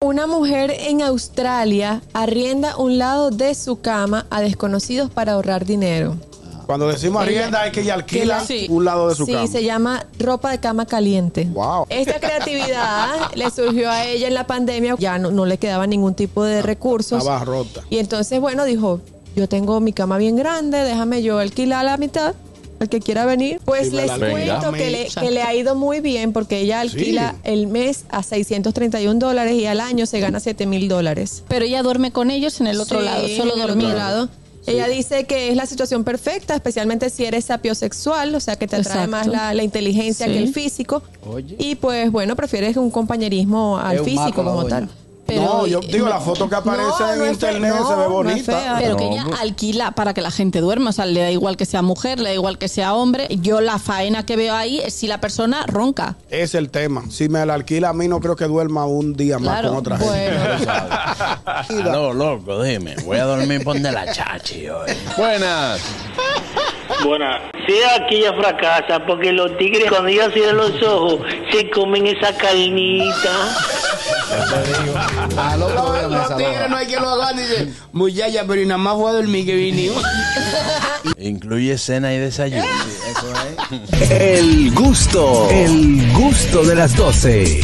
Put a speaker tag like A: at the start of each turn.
A: una mujer en Australia arrienda un lado de su cama a desconocidos para ahorrar dinero.
B: Cuando decimos
A: Ella-
B: arrienda es que ella alquila
A: que la- sí.
B: un lado de su
A: sí,
B: cama.
A: se llama ropa de cama caliente.
B: Wow.
A: Esta creatividad le surgió a ella en la pandemia, ya no, no le quedaba ningún tipo de recursos.
B: Ah, Estaba rota.
A: Y entonces, bueno, dijo, yo tengo mi cama bien grande, déjame yo alquilar la mitad. El que quiera venir, pues
B: Sí, me
A: les
B: la
A: cuento
B: alquilamos.
A: que le, que le ha ido muy bien porque ella alquila
B: Sí.
A: el mes a 631 dólares y al año se gana 7 mil dólares.
C: Pero ella duerme con ellos en el otro
A: Sí,
C: lado, solo
A: en el otro
C: dormir.
A: lado. Ella dice que es la situación perfecta, especialmente si eres sapiosexual, o sea, que te atrae
C: Exacto.
A: más la, la inteligencia
C: Sí.
A: que el físico.
D: Oye.
A: Y pues bueno, prefieres un compañerismo al
D: Es un
A: físico
D: maco la
A: como
D: doña.
A: tal.
C: Pero, eh,
B: no, yo
C: y-
B: digo, la foto que aparece
A: No,
B: en
A: no es
B: internet
A: fe-
B: se
A: no,
B: ve
A: no es
B: bonita.
A: fea.
C: Pero
D: No,
C: que ella
D: hombre.
C: alquila para que la gente duerma, o sea, le da igual que sea mujer, le da igual que sea hombre. Yo la faena que veo ahí es si la persona ronca.
B: es el tema. Si me la alquila a mí, no creo que duerma un día más
C: Claro,
B: con otra gente.
A: Bueno,
E: No, loco, dime. Voy a dormir por de la chachi hoy. Buenas.
F: Buena. sea aquí ya fracasa, porque los tigres cuando ellos cierran los ojos, se comen esa carnita.
D: Al otro día
G: Los,
D: me
G: los
D: salaba.
G: tigres no hay quien lo agarre y dice, muchacha, pero y nada más voy a dormir que vine.
E: Incluye cena y desayuno.
H: El gusto, el gusto de las 12.